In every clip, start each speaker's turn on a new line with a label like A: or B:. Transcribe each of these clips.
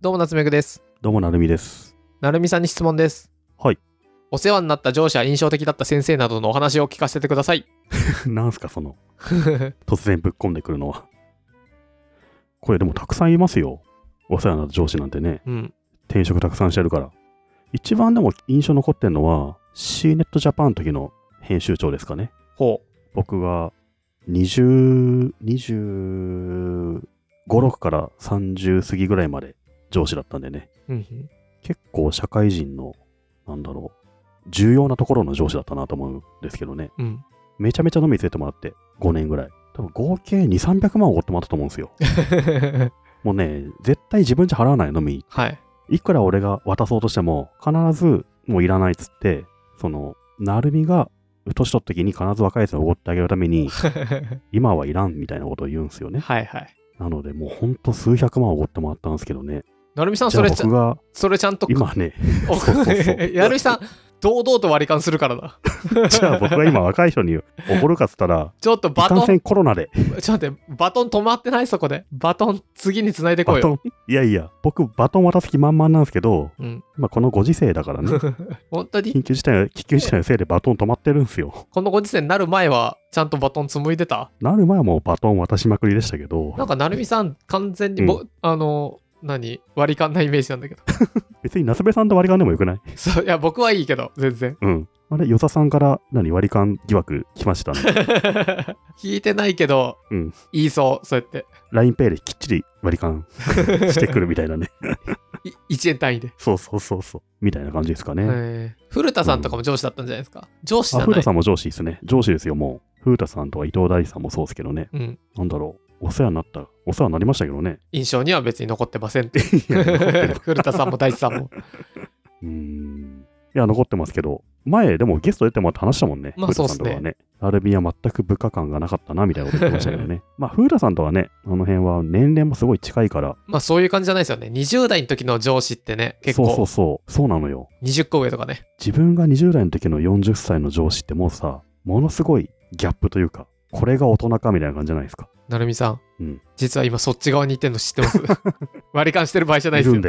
A: どうも、夏目くです。
B: どうもなるみです。
A: なるみさんに質問です。
B: はい。
A: お世話になった上司や印象的だった先生などのお話を聞かせてください。
B: なんすかその突然ぶっ込んでくるのは。これでもたくさんいますよ。お世話になった上司なんてね。
A: うん。
B: 転職たくさんしてるから。一番でも印象残ってんのは C ネットジャパンの時の編集長ですかね。
A: ほ
B: 僕が20、25、6から30過ぎぐらいまで上司だったんでね。
A: う。うん。
B: 結構社会人の、なんだろう、重要なところの上司だったなと思うんですけどね。
A: うん。
B: めちゃめちゃ飲みに連れてもらって、5年ぐらい。多分合計2、300万おごってもらったと思うんで すよ。もうね、絶対自分じゃ払わないのみに。
A: はい。
B: いくら俺が渡そうとしても、必ずもういらないっつって、その、なるみが、年取った時に必ず若いやつにおごってあげるた めに、今はいらんみたいなことを言うんですよね。
A: はいはい。
B: なので、もうほんと数百万おごってもらったんですけどね。
A: なるみさん、
B: じゃ
A: そ
B: あ
A: れちゃ
B: 僕が、
A: それちゃんと。
B: 今ね、
A: お
B: そうそう そう
A: やるみさん、堂々と割り勘するからな。
B: じゃあ僕が今若い人におごるかっつったら、
A: ちょっと
B: 一
A: バト
B: 貫
A: ン、
B: 戦コロナで、
A: ちょっと待って、バトン止まってないそこで。バトン、次につないでこ
B: バ
A: い
B: ト
A: よ。
B: ン、いやいや、僕バトン渡す気満々なんですけど、
A: うん。
B: まあ、このご時世だからね、
A: 本当に
B: 緊急事態の、緊急事態のせいでバトン止まってるんですよ。
A: このご時世になる前は、ちゃんとバトン紡いでた
B: なる前はもうバトン渡しまくりでしたけど
A: な、んか、なるみさん、完全にぼ、あの、何割り勘なイメージなんだけど。
B: 別に夏部さんと割り勘でもよくない
A: そう、いや、僕はいいけど、全 然。
B: うん。あれ、与田さんから何割り勘疑惑来ましたね。
A: 聞いてないけど、
B: うん
A: 言いそう、そうやって。
B: LINEPay できっちり割り勘 してくるみたいなね。
A: 1円単位で。
B: そうそうそうそう。みたいな感じですかね。
A: えー古田さんとかも上司だったんじゃないですか。上司
B: あ、
A: じゃ
B: 風
A: な
B: 太
A: い。
B: さんも上司ですね。上司ですよ、もう。風太さんとか伊藤大地さんもそうですけどね。
A: うん。
B: なんだろう。お世話になった。お世話になりましたけ どね。
A: 印象には別に残ってませんって。
B: いや残って る
A: 古田さんも大地さんも。
B: うーん。いや、残ってますけど、前、でもゲスト出てもらって話したもんね。
A: まあ
B: 風太さんとかはね。アルビは全く部下感がなかったな、みたいなこと言ってましたけど ね。まあ、風太さんとはね、あの辺は年齢もすごい近いから、
A: まあそういう感じじゃないですよね。20代の時の上司ってね、結
B: そうそう
A: 構
B: そう、そうなのよ。
A: 20個上とかね。
B: 自分が20代の時の40歳の上司ってもうさ、ものすごいギャップというか、これが大人かみたいな感じじゃないですか。
A: なるみさん。
B: うん
A: 実は今そっち側に行ってんの知ってます 割り勘してる場合じゃない
B: い
A: で
B: る
A: すよ
B: んだ。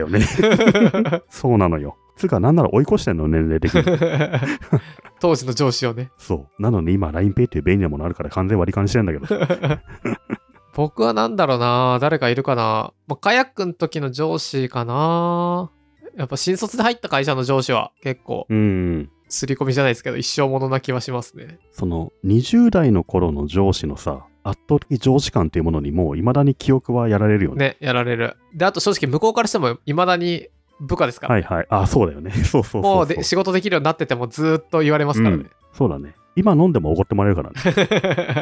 B: よね。そうなのよ。つうか、なんなら追い越してんの、年齢的に。
A: 当時の上司をね。
B: そう。なのに今、LINEPay っていう便利なものあるから完全割り勘してるんだけど。
A: 僕はなんだろうな誰かいるかなまあ、カヤックの時の上司かなやっぱ新卒で入った会社の上司は結構
B: うん。
A: 刷り込みじゃないですけど一生ものな気はしますね。
B: その20代の頃の上司のさ圧倒的上司感っていうものにもういまだに記憶はやられるよね。
A: ね、やられる。で、あと正直向こうからしても未だに部下ですから。
B: はいはい。あそうだよね。 そうそうそうそう。
A: もうで仕事できるようになっててもずーっと言われますからね。
B: そうだね。今飲んでもおごってもらえるか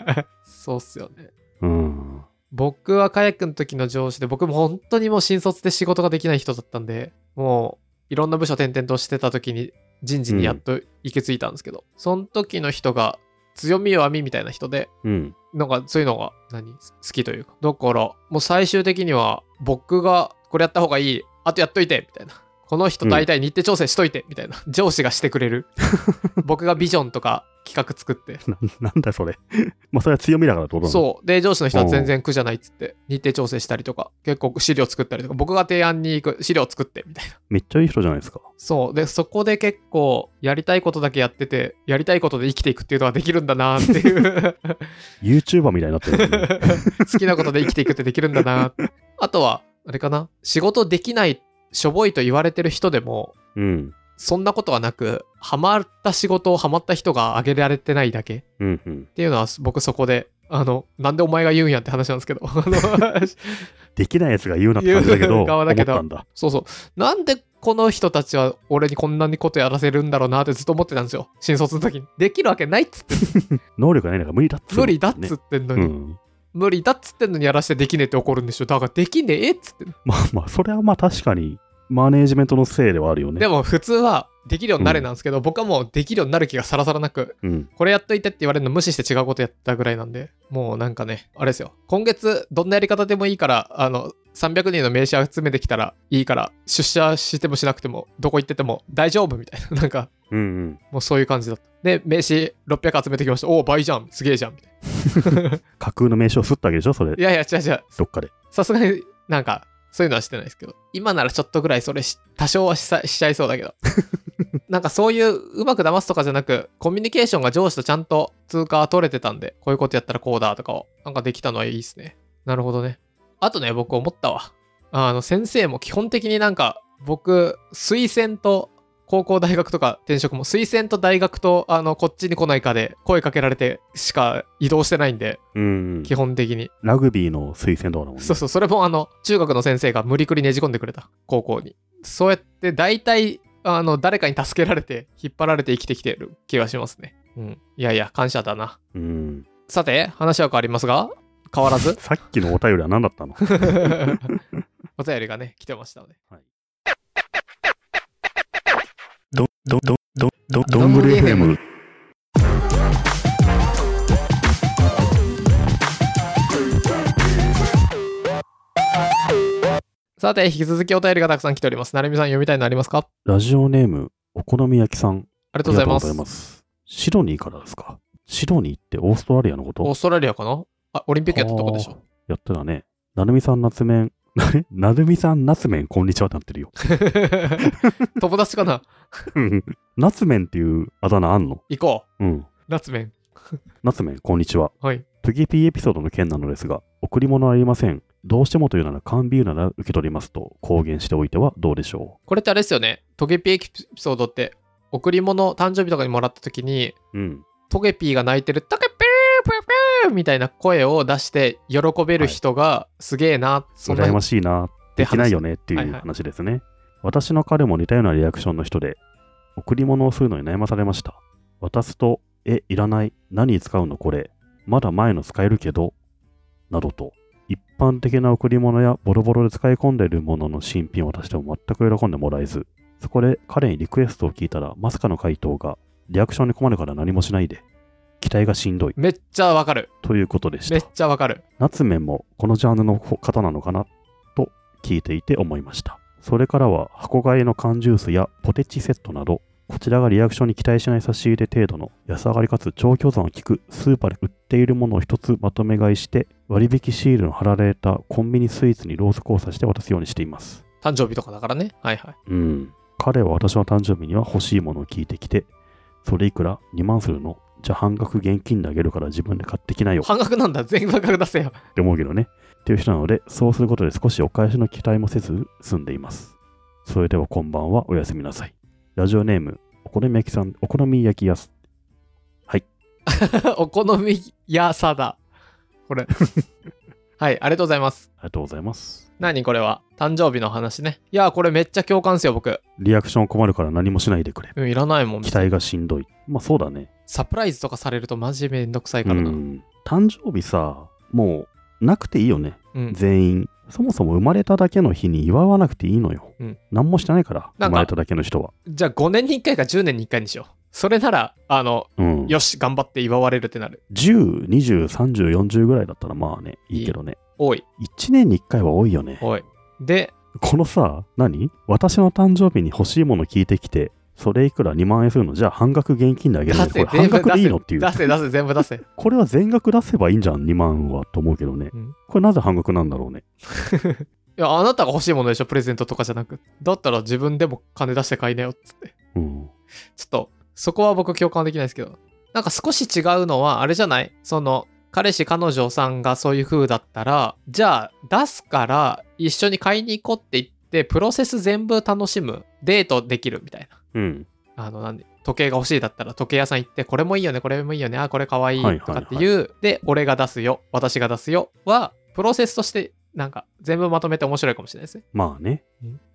B: らね。
A: そうっすよね。
B: うん。
A: 僕はカヤックの時の上司で、僕も本当にもう新卒で仕事ができない人だったんで、もういろんな部署転々としてた時に人事にやっと行き着いたんですけど、その時の人が強み弱みみたいな人で、
B: うん。
A: なんかそういうのが何好きというか。だからもう最終的には僕がこれやった方がいい、あとやっといて、みたいな。この人大体日程調整しといて、みたいな。上司がしてくれる。僕がビジョンとか企画作って。
B: ななんだそれ。 まあそれは強みだからってことなの
A: そう。で、上司の人は全然苦じゃないっつって、日程調整したりとか、結構資料作ったりとか、僕が提案に行く資料作ってみたいな。
B: めっちゃいい人じゃないですか。
A: そう。で、そこで結構、やりたいことだけやってて、やりたいことで生きていくっていうのはできるんだなっていう。
B: YouTuber みたいになってるよ ね、
A: 好きなことで生きていくってできるんだなってあとは、あれかな。仕事できない、しょぼいと言われてる人でも、
B: うん。
A: そんなことはなく、ハマった仕事をハマった人が挙げられてないだけ。
B: うんうん。
A: っていうのは僕そこで、あの、なんでお前が言うんやって話なんですけど、あの
B: できないやつが言うなって感じだけ
A: 言
B: ど、
A: う側だけど
B: 思ったんだ。
A: そうそう、なんでこの人たちは俺にこんなにことやらせるんだろうなってずっと思ってたんですよ、新卒の時に。できるわけないっつって、
B: 能力がないのが無理だっつうの
A: 無理だっつ
B: ね
A: ってんの
B: う
A: に、
B: ん。
A: 無理だっつってんのにやらせてできねえって怒るんでしょ、だからできねえっつって。
B: まあまあ、それはまあ確かに、マネージメントのせいではあるよね。
A: でも普通は、できるようになれなんですけど、僕はもうできるようになる気がさらさらなく、
B: うん。
A: これやっといてって言われるの無視して違うことやったぐらいなんで、もうなんかね、あれですよ。今月、どんなやり方でもいいから、あの、300人の名刺集めてきたらいいから、出社してもしなくても、どこ行ってても大丈夫みたいな、なんか、
B: うんうん。
A: もうそういう感じだった。で、名刺600集めてきました。おお、倍じゃん。すげえじゃん。みたいな
B: 架空の名称をすったわけでしょそれ
A: い。やいや、違う違う。
B: どっかで。
A: さすがになんか、そういうのはしてないですけど、今ならちょっとぐらいそれし多少はしさしちゃいそうだけど。なんかそういううまく騙すとかじゃなく、コミュニケーションが上司とちゃんと通貨は取れてたんで、こういうことやったらこうだとかを、なんかできたのはいいですね。なるほどね。あとね、僕思ったわ。あの、先生も基本的になんか、僕、推薦と、高校大学とか転職も推薦と大学とあのこっちに来ないかで声かけられてしか移動してないんで
B: うん。
A: 基本的に
B: ラグビーの推薦とかだもんね。
A: そうそう、それもあの、中学の先生が無理くりねじ込んでくれた、高校に。そうやって、大体、あの、誰かに助けられて、引っ張られて生きてきてる気がしますね。うん。いやいや、感謝だな。
B: うん。。
A: さて、話は変わりますが、変わら ず
B: さっきのお便りは何だったの
A: お便りがね、来てましたので。
B: ど、ど、ど、ど、ど、
A: ど
B: ど
A: ん
B: ん
A: ぐ
B: ぐ
A: り
B: り
A: FM
B: FM。
A: さて、引き続きお便りがたくさん来ております。なるみさん、読みたいのありますか
B: ラジオネーム、お好み焼きさん。
A: ありが
B: あ
A: とうございます。
B: す。シドニーからですか。シドニーってオーストラリアのこと
A: オーストラリアかなあ、オリンピックやったとこでし ょ。
B: やってたね。なるみさん、夏面。えなるみさん、夏面、こんにちはってなってるよ。
A: 友達かな
B: 夏面っていうあだ名あんの
A: 行こう。
B: うん。
A: 夏面。
B: 夏面、こんにちは。
A: はい。
B: トギピーエピソードの件なのですが、贈り物ありません。どうしてもというなら缶ビールなら受け取りますと公言しておいてはどうでしょ
A: これってあれですよね。トゲピーエピソードって、贈り物、誕生日とかにもらった時に、
B: う。うん。
A: トゲピーが泣いてる、トゲピーピーピーみたいな声を出して喜べる人がすげえな、そんな
B: 羨ま
A: し
B: しいな。できないよねっていう話ですね。私の彼も似たようなリアクションの人で、贈り物をするのに悩まされました。渡すと、え、いらない。何に使うのこれ。まだ前の使えるけど。などと、一般的な贈り物やボロボロで使い込んでいるものの新品を渡しても全く喜んでもらえず、そこで彼にリクエストを聞いたら、まさかの回答が、リアクションに困るから何もしないで。期待がしんどい。
A: めっちゃわかる。
B: ということでし。
A: めったちゃわかる。
B: 夏面もこのジャンルの方なのかなと聞いていて思いました。それからは箱買いの缶ジュースやポテチセットなど、こちらがリアクションに期待しない差し入れ程度の安上がりかつ長距存を利くスーパーで売っているものを一つまとめ買いして割引シールの貼られたコンビニスイーツにロース交差して渡すようにしています。
A: 誕生日とかだからね。はいはい。
B: うん。彼は私の誕生日には欲しいものを聞いてきて、それいくら ?2 万するのじゃあ半額現金であげるから自分で買ってきなよ。
A: 半額なんだ。全額出せよ。
B: って思うけどね。っていう人なので、そうすることで少しお返しの期待もせず済んでいます。それではこんばんは、おやすみなさい。ラジオネーム、お好み焼きさん、お好み焼きやす。
A: お好みやさだ。こ れ。はい、ありがとうございます。
B: ありがとうございます。
A: 何これは誕生日の話ね。いやー、これめっちゃ共感っすよ、僕。
B: リアクション困るから何もしないでくれ。
A: うん、いらないもん
B: 期。待がしんどい。まあそうだね。
A: サプライズとかされるとマジめんどくさいうからな。
B: ん。誕生日さ、もうなくていいよね。
A: うん
B: 全員。そもそも生まれただけの日に祝わなくていいのよ。
A: うん
B: 何もしてないから、
A: な
B: 生
A: んか
B: まれただけの人は。
A: じゃあ5年に1回か10年に1回にしよう。それなら、あの、
B: うん。
A: よし、頑張って祝われるってなる。
B: 10、20、30、40ぐらいだったらまあね、いいけどね。
A: 多い、
B: 1年に1回は多いよね。
A: 多い。で、
B: このさ、何私の誕生日に欲しいもの聞いてきて、それいくら2万円するのじゃあ半額現金であげ
A: 出
B: る
A: せ
B: の、これ半額でいいのっていう
A: 出。せ、出せ、全部出せ。
B: これは全額出せばいいんじゃん、2万はと思うけどね。
A: うん
B: これなぜ半額なんだろうね。
A: いや、あなたが欲しいものでしょ、プレゼントとかじゃなく。だったら自分でも金出して買いなよ、つって。
B: うん。
A: ちょっと、そこは僕共感できないですけど。なんか少し違うのは、あれじゃないその、彼氏彼女さんがそういう風だったら、じゃあ出すから一緒に買いに行こうって言って、プロセス全部楽しむ。デートできるみたいな。
B: うん。
A: あの、なんで、時計が欲しいだったら時計屋さん行って、これもいいよね、これもいいよね、あ、これかわいい
B: はい
A: と
B: はい
A: か
B: はい
A: っていう、で、俺が出すよ、私が出すよは、プロセスとして、なんか、全部まとめて面白いかもしれないですね。
B: まあね。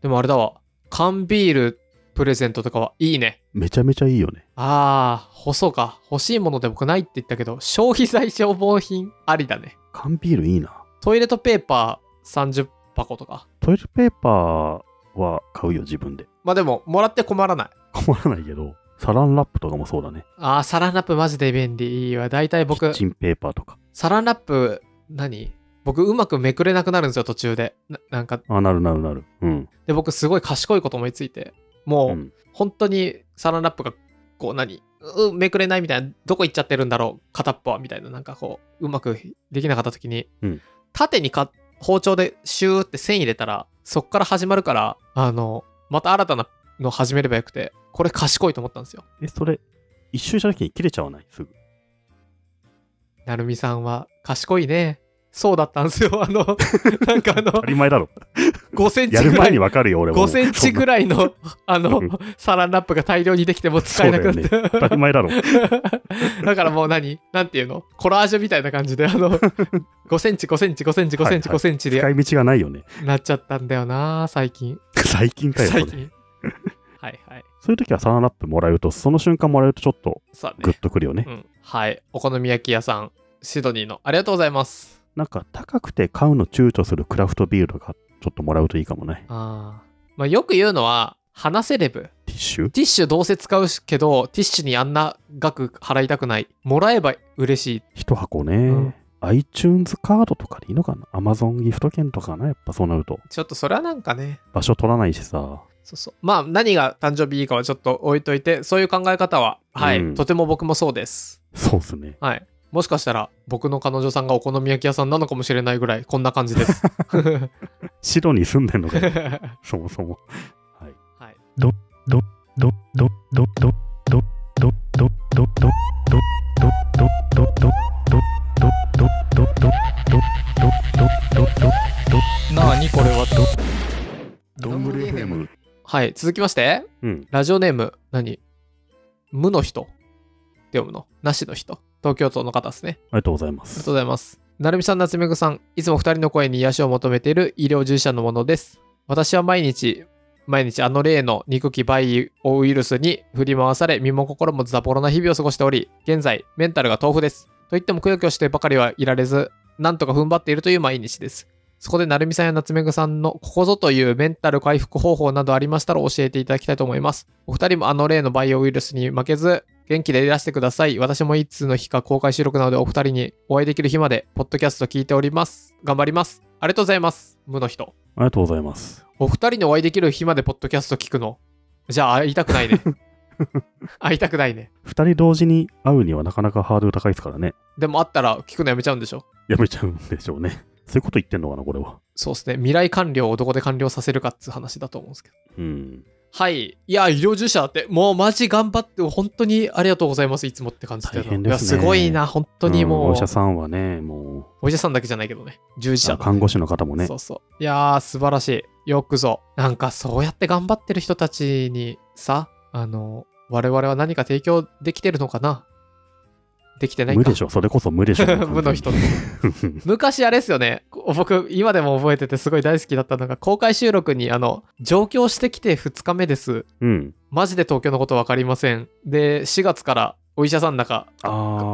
A: でもあれだわ、缶ビールプレゼントとかはいいね。
B: めちゃめちゃいいよね。
A: あー、細か。欲しいもので僕ないって言ったけど、消費財消防品ありだね。
B: 缶ビールいいな。
A: トイレットペーパー30箱とか。
B: トイレットペーパーは買うよ、自分で。
A: まあでも、もらって困らない。
B: 困らないけど、サランラップとかもそうだね。
A: あー、サランラップマジで便利いいわ。だいたい
B: キ
A: 僕
B: ッ、チンペーパーとか。
A: サランラップ何僕うまくめくれなくなるんですよ途中でななんか
B: あ、なるなるなる。うん。
A: で僕すごい賢いこと思いついてもう、
B: うん
A: 本当にサランラップがこう何うめくれないみたいなどこ行っちゃってるんだろう片っぽはみたいななんかこううまくできなかった時に、
B: うん
A: 縦にか包丁でシューって線入れたらそっから始まるから、あの、また新たなの始めればよくて、これ賢いと思ったんですよ。
B: え、それ、一周した時に切れちゃわないすぐ。
A: なるみさんは賢いね。そうだったんですよ。あ の、なんかあの
B: 当た、り前だろ。
A: 5センチ
B: やる
A: ぐら
B: 前に
A: い、
B: わかるよ、俺も。
A: 5センチぐ
B: らい。
A: らい の、あの
B: うん、
A: サランラップが大量にできても使えなくなって。
B: 当たり前だろ。
A: だからもう何なんていうのコラージュみたいな感じで、あの、5センチ、5センチ、5センチ、5センチ、
B: はいはい
A: 5センチ
B: 使
A: で
B: い道がないよね。
A: なっちゃったんだよな、最近。
B: 最近かよ、それ
A: 最。 近。はいはい。
B: そういう時はサランラップもらうと、その瞬間もらうとちょっと
A: さあ
B: グ
A: ね
B: ッ。とくるよね。
A: うん。はい。お好み焼き屋さん、シドニーの、ありがとうございます。
B: なんか高くて買うの躊躇するクラフトビールとかちょっともらうといいかもね。
A: あーまあ、よく言うのは、話せレブ。
B: ティッシュ
A: ティッシュどうせ使うしけど、ティッシュにあんな額払いたくない。もらえば嬉しい。
B: 一箱ね、
A: ん
B: iTunes カードとかでいいのかな ?Amazon ギフト券とかかなやっぱそうなると。
A: ちょっとそれはなんかね、
B: 場所取らないしさ。
A: そうそう。まあ、何が誕生日いいかはちょっと置いといて、そういう考え方は、はい、
B: うん
A: とても僕もそうです。
B: そうっすね。
A: はい。もしかしたら、僕の彼女さんがお好み焼き屋さんなのかもしれないぐらい、こんな感じです。
B: シドニー住んで んのかよ
A: は
B: そもそも。はい。
A: い。
B: ど、ど、ど、ど、ど、ど、ど、ど、ど、ど、ど、ど、ど、ど、ど、ど、ど、ど、ど、ど、ど、ど、
A: なあにこれは
B: ど、
A: どんぐり
B: ど、ど、
A: FM はい。続きまして、
B: うん。
A: ラジオネーム、何無の人って読むのなしの人。東京都の方ですね。
B: ありがとうございま
A: ありが
B: す
A: と。うございます。なるみさん、なつめぐさん、いつも2人の声に癒しを求めている医療従事者のものです。私は毎日、毎日あの例の憎きバイオウイルスに振り回され、身も心もザボロな日々を過ごしており、現在、メンタルが豆腐です。といってもくよくよしてばかりはいられず、なんとか踏ん張っているという毎日です。そこで、なるみさんやなつめぐさんのここぞというメンタル回復方法などありましたら教えていただきたいと思います。お二人もあの例のバイオウイルスに負けず、元気でいらしてください。私もいつの日か公開収録なのでお二人にお会いできる日まで、ポッドキャスト聞いております。頑張ります。ありがとうございます。無の人。
B: ありがとうございます。
A: お二人にお会いできる日までポッドキャスト聞くの。じゃあ会いたく ないね。会いたくないね。
B: 二人同時に会うにはなかなかハードル高いですからね。
A: でも会ったら聞くのやめちゃうんでしょ。
B: やめちゃうんでしょうね。そういうこと言ってんのかな、これは。
A: そうですね。未来完了をどこで完了させるかっつう話だと思うんですけど。
B: うん。
A: はい。いや、医療従事者だって、もうマジ頑張って、本当にありがとうございます。いつもって感じだよな
B: 大変ですね
A: いやすごいな。本当にもう、お
B: んお医
A: 医
B: 者さんはね、も
A: 者さんだけじゃないけどね。従事
B: う、
A: 者
B: あ。看護師の方もね
A: そ、うそう。いやー、素晴らしい。よくぞ。なんかそうやって頑張ってる人たちにさ、あの、我々は何か提供できてるのかなできてないか。
B: 無でしょ、それこそ無でしょ
A: 無の人って。
B: 完全に。
A: 昔あれですよね。こ僕、今でも覚えててすごい大好きだったのが、公開収録に、あの、上京してきて2日目です。
B: うん。
A: マジで東京のこと分かりません。で、4月からお医者さんだか、
B: あ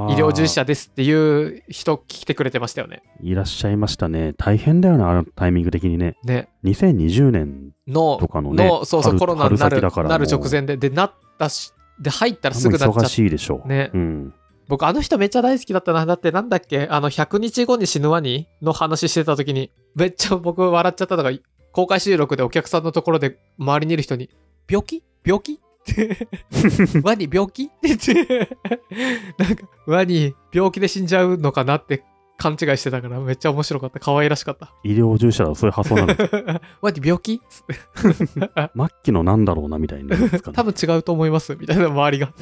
B: ー
A: 医療従事者ですっていう人来てくれてましたよね。
B: いらっしゃいましたね。大変だよな、あのタイミング的にね。
A: ね。
B: 2020年、
A: の
B: とかのね
A: そうそう
B: 春
A: コロナにな
B: 春
A: る
B: 先だから
A: なる
B: もう
A: 直前ででなったしで入ったらす
B: 多
A: ぐ
B: 分
A: なっちゃ
B: 忙
A: って
B: しいでしょう。
A: ね
B: うん。
A: 僕あの人めっちゃ大好きだったなだってなんだっけあの100日後に死ぬワニの話してた時にめっちゃ僕笑っちゃったのが公開収録でお客さんのところで周りにいる人に「病気病気?」 って「ワニ病気?」って言ってなんかワニ病気で死んじゃうのかなって勘違いしてたからめっちゃ面白かった可愛らしかった
B: 医療従事者だとそういう発想なの。
A: 「ワニ病気?」つって
B: 末期のなんだろうな、みたいなやつか な。
A: 多分違うと思いますみたいな周り が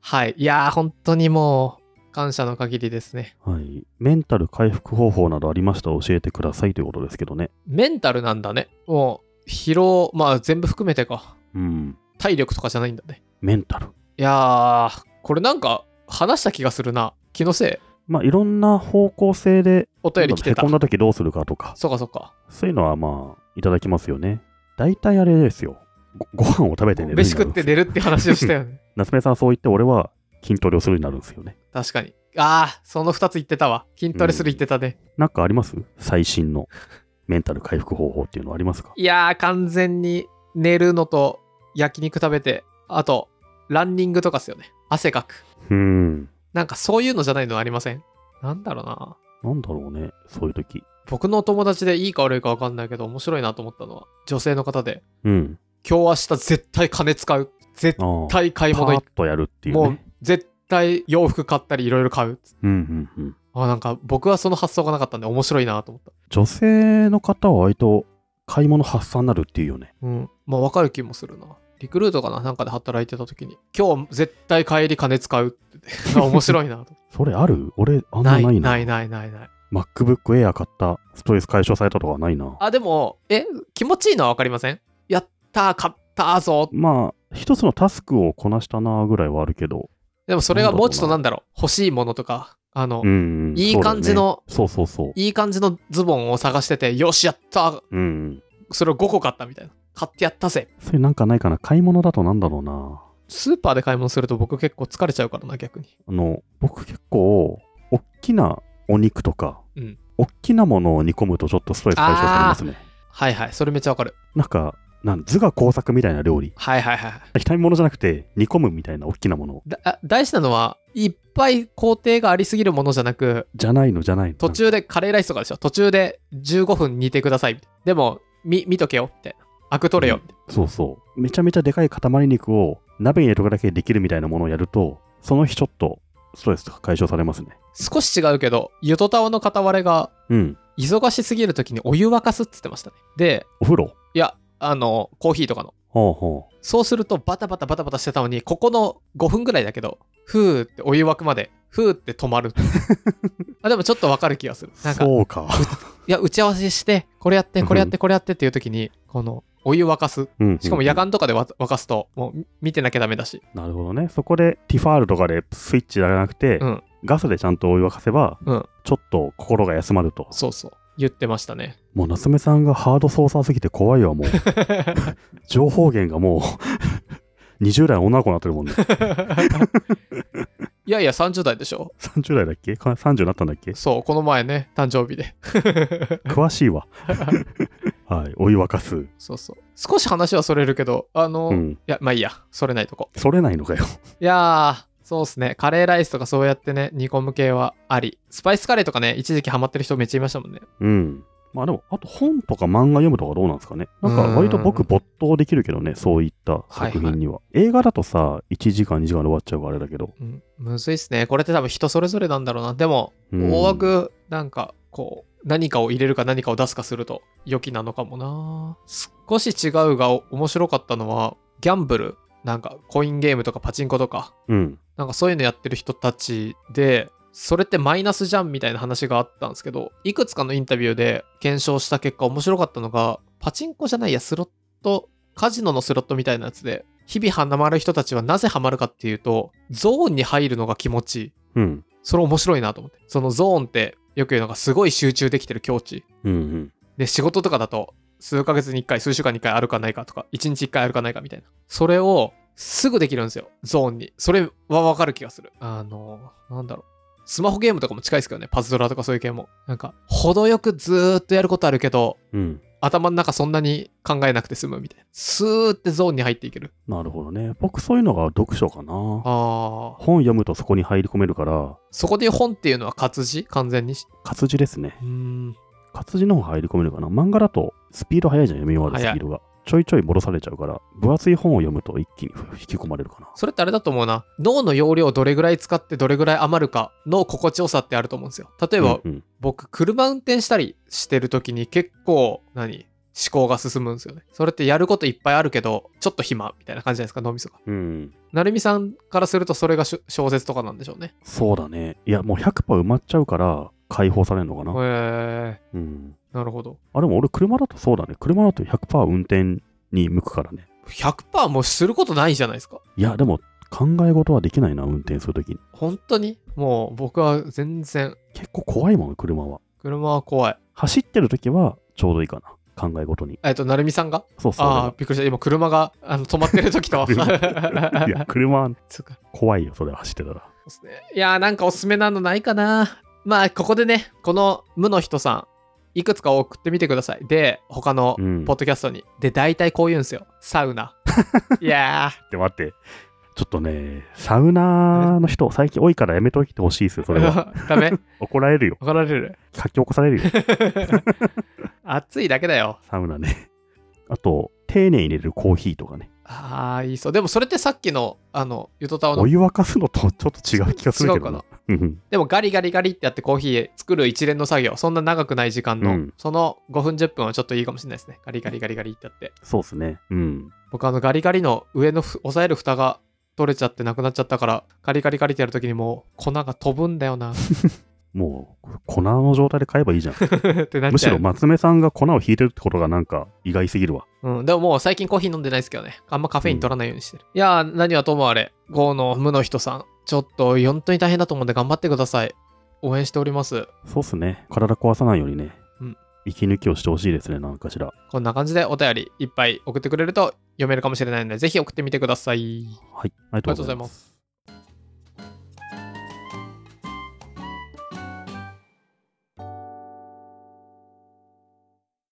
A: はいいやー本当にもう感謝の限りですね
B: はい。メンタル回復方法などありましたら教えてくださいということですけどね。
A: メンタルなんだねもう疲労まあ全部含めてか
B: うん。
A: 体力とかじゃないんだね
B: メンタル。
A: いやーこれなんか話した気がするな気のせい
B: まあ、いろんな方向性で、
A: お便り来てた
B: へこんだ時どうするかとか、
A: そうかそうか
B: そういうのはまあ、いただきますよね。大体あれですよ。ごご飯を食べて寝るになるんです
A: 飯
B: よ。
A: 食って寝るって話をしたよね
B: 夏目さんはそう言って、俺は筋トレをするようになるんですよね。
A: 確かにああその2つ言ってたわ筋トレする言ってたね、
B: なんかあります最新のメンタル回復方法っていうのはありますか
A: いやー完全に寝るのと焼肉食べてあとランニングとかっすよね汗かく
B: うーん。
A: なんかそういうのじゃないのありませんなんだろうな。
B: なんだろうね、そういう時。
A: 僕のお友達でいいか悪いか分かんないけど面白いなと思ったのは女性の方で
B: うん。
A: 今日明日絶対金使う。絶
B: ああ。
A: 対買い
B: パ
A: 物
B: ー
A: 行
B: ッ
A: く。
B: とやるっていう
A: もう
B: ね。
A: 絶対洋服買ったりいろいろ買う。
B: うんうんうん。
A: あなんか僕はその発想がなかったんで面白いなと思った。
B: 女性の方は割と買い物発散になるっていうよね。
A: うん。まあ、わかる気もするな。リクルートかななんかで働いてた時に、今日絶対帰り金使う って言って、あ面白いなと。
B: それある俺、 あんま
A: な
B: ない
A: い
B: な。
A: ないないないない。
B: MacBook Air 買った、ストレス解消されたとかはないな。
A: あ、でも、え、気持ちいいのはわかりませんやったー、買ったーぞー。
B: まあ、一つのタスクをこなしたなぐらいはあるけど、
A: でもそれがもうちょっとなんだろう、欲しいものとか、あの、
B: うん、
A: いい感じの
B: そうだね。そうそうそう。
A: いい感じのズボンを探してて、よし、やったー
B: うん。
A: それを5個買ったみたいな。買ってやったぜ。
B: それなんかないかな。買い物だとなんだろうな。
A: スーパーで買い物すると僕結構疲れちゃうからな、逆に。
B: あの、僕結構、大きなお肉とか、
A: うん
B: 大きなものを煮込むとちょっとストレス解消されますね。
A: はいはい、それめっちゃわかる。
B: なんか、なん図画工作みたいな料理。
A: はいはいはい。
B: 炒め物じゃなくて、煮込むみたいな大きなもの。
A: だあ大事なのは、いっぱい工程がありすぎるものじゃなく、
B: じゃないのじゃないの。
A: 途中でカレーライスとかでしょ、途中で15分煮てください。でも、見、見とけよって。アク取れよって。
B: そうそう。めちゃめちゃでかい塊肉を鍋に入れとくだけできるみたいなものをやると、その日ちょっとストレスが解消されますね。
A: 少し違うけど、ゆとたわの片割れが、
B: うん。
A: 忙しすぎる時にお湯沸かすっつってましたね。で、
B: お風呂。
A: いや、あの、コーヒーとかの。
B: ほうほ
A: そうするとバタバタバタバタしてたのに、ここの5分ぐらいだけど、ふーってお湯沸くまで、ふーって止 まる。あでもちょっとわかる気がする。
B: う。
A: なんか、
B: そうか。
A: いや、打ち合わせして、これやって、これやって、これやってっていう時に、この、お湯沸かす。
B: うん
A: しかも夜
B: が
A: 間とかでわ沸かすと、もうみ見てなきゃダメだし。
B: なるほどね。そこでティファールとかでスイッチやらなくて、
A: うん
B: ガスでちゃんとお湯沸かせば、
A: うん
B: ちょっと心が休まると。
A: そうそう。言ってました ね。
B: もう夏目さんがハード操作すぎて怖いわ、もう。情報源がもう20代の女の子になってるもんね。
A: いやいや、30代でしょ。
B: 30代だっけか ?30 になったんだっ け
A: そう、この前ね、誕生日で。
B: 詳しいわ。はい。お湯沸かす。
A: そうそう。少し話はそれるけど、あの、
B: う
A: い
B: ん。
A: や、まあいいや、それないとこ。
B: それないのかよ。
A: いやー、そうっすね。カレーライスとかそうやってね、煮込む系はあり。スパイスカレーとかね、一時期ハマってる人めっちゃいましたもんね。
B: うん。まあでも、あと本とか漫画読むとかどうなんですかね。なんか割と僕
A: うん
B: 没頭できるけどね、そういった作品には。映画だとさ、1時間、2時間で終わっちゃうからあれだけど。
A: うん、むずいっすね。これって多分人それぞれなんだろうな。でも、
B: うん
A: 大枠、なんか、こう、何かを入れるか何かを出すかすると、良きなのかもな。少し違うがお面白かったのは、ギャンブル。なんか、コインゲームとかパチンコとか、
B: うん。
A: なんかそういうのやってる人たちで、それってマイナスじゃんみたいな話があったんですけど、いくつかのインタビューで検証した結果面白かったのが、パチンコじゃないやスロット、カジノのスロットみたいなやつで、日々ハマる人たちはなぜハマるかっていうと、ゾーンに入るのが気持ちいい。
B: うん。
A: それ面白いなと思って。そのゾーンってよく言うのがすごい集中できてる境地。
B: うんうん。
A: で、仕事とかだと、数ヶ月に1回、数週間に1回あるかないかとか、1日1回あるかないかみたいな。それを、すぐできるんですよ、ゾーンに。それはわかる気がする。あの、なんだろう。スマホゲームとかも近いですけどね、パズドラとかそういう系も。なんか、程よくずーっとやることあるけど、
B: うん。
A: 頭の中そんなに考えなくて済むみたいな。スーってゾーンに入っていける。
B: なるほどね。僕そういうのが読書かな。
A: あー。
B: 本読むとそこに入り込めるから、
A: そこで本っていうのは活字完全に。う
B: 活字ですね。
A: ーん。
B: 活字の方が入り込めるかな。漫画だとスピード速いじゃん、読み終わるス
A: 速い
B: ピードが。ちょいちょい戻されちゃうから、分厚い本を読むと一気に引き込まれるかな。
A: それってあれだと思うな。脳の容量をどれぐらい使ってどれぐらい余るかの心地よさってあると思うんですよ。例えば、
B: うんうん
A: 僕車運転したりしてる時に結構何思考が進むんですよねそれってやることいっぱいあるけどちょっと暇みたいな感じじゃないですか脳みそが
B: うん。
A: 成美さんからするとそれがしょ小説とかなんでしょうね
B: そうだね。いや、もう100%埋まっちゃうから解放されるのか
A: へ
B: な。
A: え
B: うん。
A: なるほど
B: あ、でも俺車だとそうだね。車だと100%運転に向くからね。
A: 100%もうすることないじゃないですか
B: いや、でも考え事はできないな、運転するときに。
A: 本当にもう僕は全然
B: 結構怖いもん、車は。
A: 車は怖い
B: 走ってるときはちょうどいいかな。考え事に。
A: えっと成美さんが
B: そうそう。
A: ああびっくりした今車があの止まってる時とは
B: いや、車は
A: そうか
B: 怖いよ、それ走ってた
A: そ
B: ら。
A: うっすね。いやーなんかおすすめなのないかな。まあここでね、この無の人さん、いくつか送ってみてください。で、他の
B: うん。
A: ポッドキャストに。で、大体こう言うんですよ。サウ ナ。いや
B: って待って。ちょっとね、サウナーの人、最近多いからやめといてほしいですよ、そ れは。
A: ー、ダメ
B: 怒られるよ。
A: 怒られる。
B: 書き起こされるよ、
A: 暑いだけだよ。
B: サウナね。あと、丁寧に入れるコーヒーとかね。
A: ああ、いいそう。でもそれってさっきの、あの、ゆとたわの
B: お湯沸かすのとちょっと違う気がするけど
A: 違う
B: な
A: か。
B: うんうん
A: でもガリガリガリってやってコーヒー作る一連の作業、そんな長くない時間の、
B: うん
A: その5分10分はちょっといいかもしれないですね。ガリガリガリガリってやって。
B: そうですね。うん。
A: 僕あのガリガリの上のふ押さえる蓋が取れちゃってなくなっちゃったから、ガリガリガリってやるときにもう粉が飛ぶんだよ なっ
B: もう、粉の状態で買えばいいじゃん。
A: てなっ
B: む
A: ち
B: し
A: ゃ
B: ろ
A: う。
B: 松目さんが粉を引いてるってことがなんか意外すぎるわ。
A: うん、でももう最近コーヒー飲んでないですけどね。あんまカフェイン取らないようにしてる。いやー、何はともあれ、GO の無の人さん。ちょっと本当に大変だと思うんで頑張ってください。応援しております。
B: そうっすね。体壊さないようにね。
A: うん
B: 息抜きをしてほしいですね、なんかしら。
A: こんな感じでお便りいっぱい送ってくれると読めるかもしれないので、ぜひ送ってみてください。
B: はい。ありがとうございます。